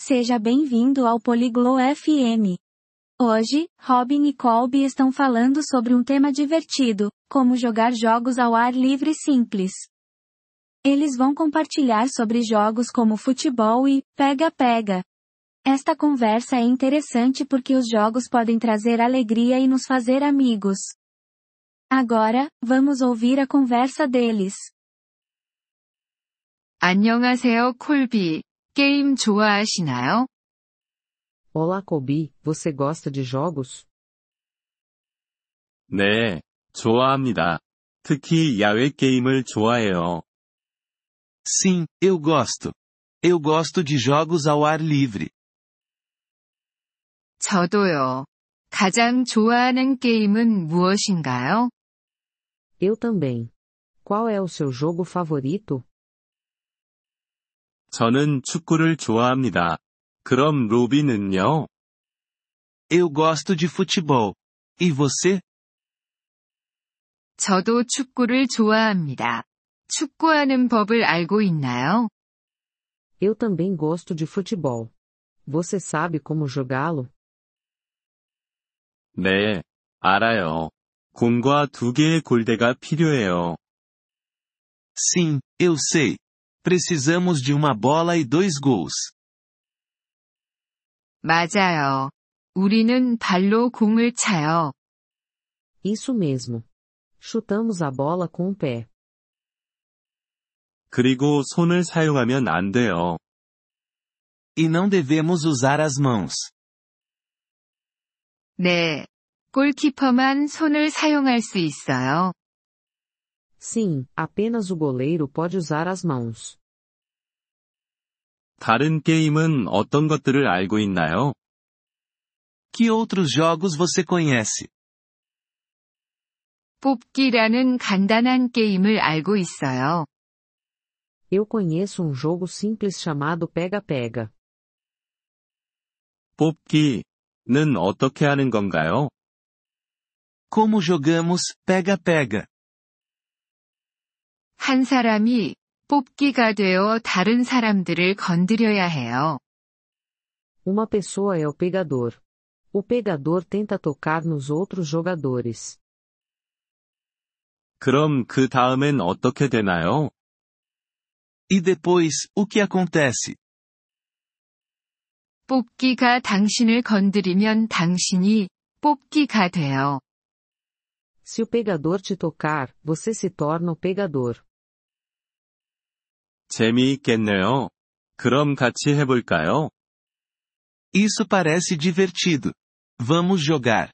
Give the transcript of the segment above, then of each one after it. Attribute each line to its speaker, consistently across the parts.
Speaker 1: Seja bem-vindo ao Poliglo FM. Hoje, Robin e Colby estão falando sobre um tema divertido, como jogar jogos ao ar livre simples. Eles vão compartilhar sobre jogos como futebol e pega-pega. Esta conversa é interessante porque os jogos podem trazer alegria e nos fazer amigos. Agora, vamos ouvir a conversa deles.
Speaker 2: 안녕하세요, 콜비. 게임 좋아하시나요?
Speaker 3: Olá, Kobi, você gosta de jogos?
Speaker 4: 네, 좋아합니다. 특히 야외 게임을 좋아해요.
Speaker 5: Sim, eu gosto. Eu gosto de jogos ao ar livre.
Speaker 2: 저도요. 가장 좋아하는 게임은 무엇인가요?
Speaker 3: Eu também. Qual é o seu jogo favorito?
Speaker 4: 저는 축구를 좋아합니다. 그럼 로비는요?
Speaker 5: Eu gosto de futebol. E você?
Speaker 2: 저도 축구를 좋아합니다. 축구하는 법을 알고 있나요?
Speaker 3: Eu também gosto de futebol. Você sabe como jogá-lo?
Speaker 4: 네, 알아요. 공과 두 개의 골대가 필요해요.
Speaker 5: Sim, eu sei. Precisamos de uma bola e dois gols.
Speaker 2: 맞아요. 우리는 발로 공을 차요.
Speaker 3: Isso mesmo. Chutamos a bola com o pé.
Speaker 4: 그리고 손을 사용하면 안 돼요.
Speaker 5: E não devemos usar as mãos.
Speaker 2: 네. 골키퍼만 손을 사용할 수 있어요.
Speaker 3: Sim, apenas o goleiro pode usar as mãos.
Speaker 4: 다른 게임은 어떤 것들을 알고 있나요?
Speaker 5: Que outros jogos você conhece?
Speaker 2: 뽑기라는 간단한 게임을 알고 있어요.
Speaker 3: Eu conheço um jogo simples chamado Pega-Pega.
Speaker 4: 뽑기는 어떻게 하는 건가요?
Speaker 5: Como jogamos pega-pega?
Speaker 2: 한 사람이 뽑기가 되어 다른 사람들을 건드려야 해요.
Speaker 3: Uma pessoa é o pegador. O pegador tenta tocar nos outros jogadores.
Speaker 4: 그럼 그 다음엔 어떻게 되나요?
Speaker 5: E depois, o que acontece?
Speaker 2: 뽑기가 당신을 건드리면 당신이 뽑기가 돼요.
Speaker 3: Se o pegador te tocar, você se torna o pegador.
Speaker 4: 재미있겠네요. 그럼 같이 해볼까요?
Speaker 5: Isso parece divertido. Vamos jogar.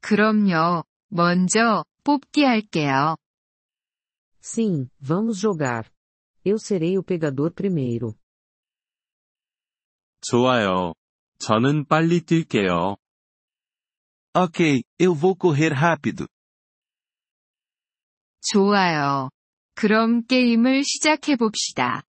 Speaker 2: 그럼요. 먼저 뽑기 할게요.
Speaker 3: Sim, vamos jogar. Eu serei o pegador primeiro.
Speaker 4: 좋아요. 저는 빨리 뛸게요.
Speaker 5: Ok, eu vou correr rápido.
Speaker 2: 좋아요. 그럼 게임을 시작해 봅시다.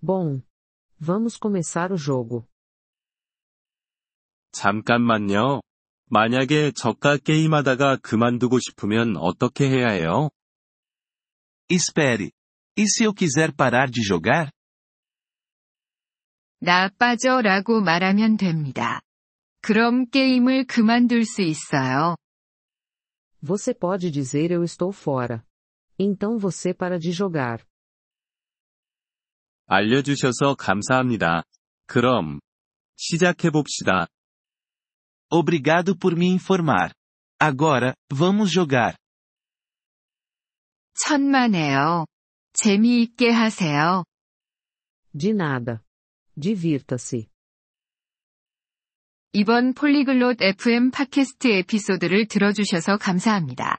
Speaker 3: Bom, vamos começar o jogo.
Speaker 4: 잠깐만요. 만약에 저가 게임하다가 그만두고 싶으면 어떻게 해야 해요?
Speaker 5: Espere. E se eu quiser parar de jogar?
Speaker 2: 나 빠져라고 말하면 됩니다. 그럼 게임을 그만둘 수 있어요.
Speaker 3: Você pode dizer eu estou fora. Então você para de jogar.
Speaker 4: 알려주셔서 감사합니다. 그럼, 시작해봅시다.
Speaker 5: Obrigado por me informar. Agora, vamos jogar.
Speaker 2: 천만에요. 재미있게 하세요.
Speaker 3: De nada. Divirta-se.
Speaker 2: 이번 폴리글롯 FM 팟캐스트 에피소드를 들어주셔서 감사합니다.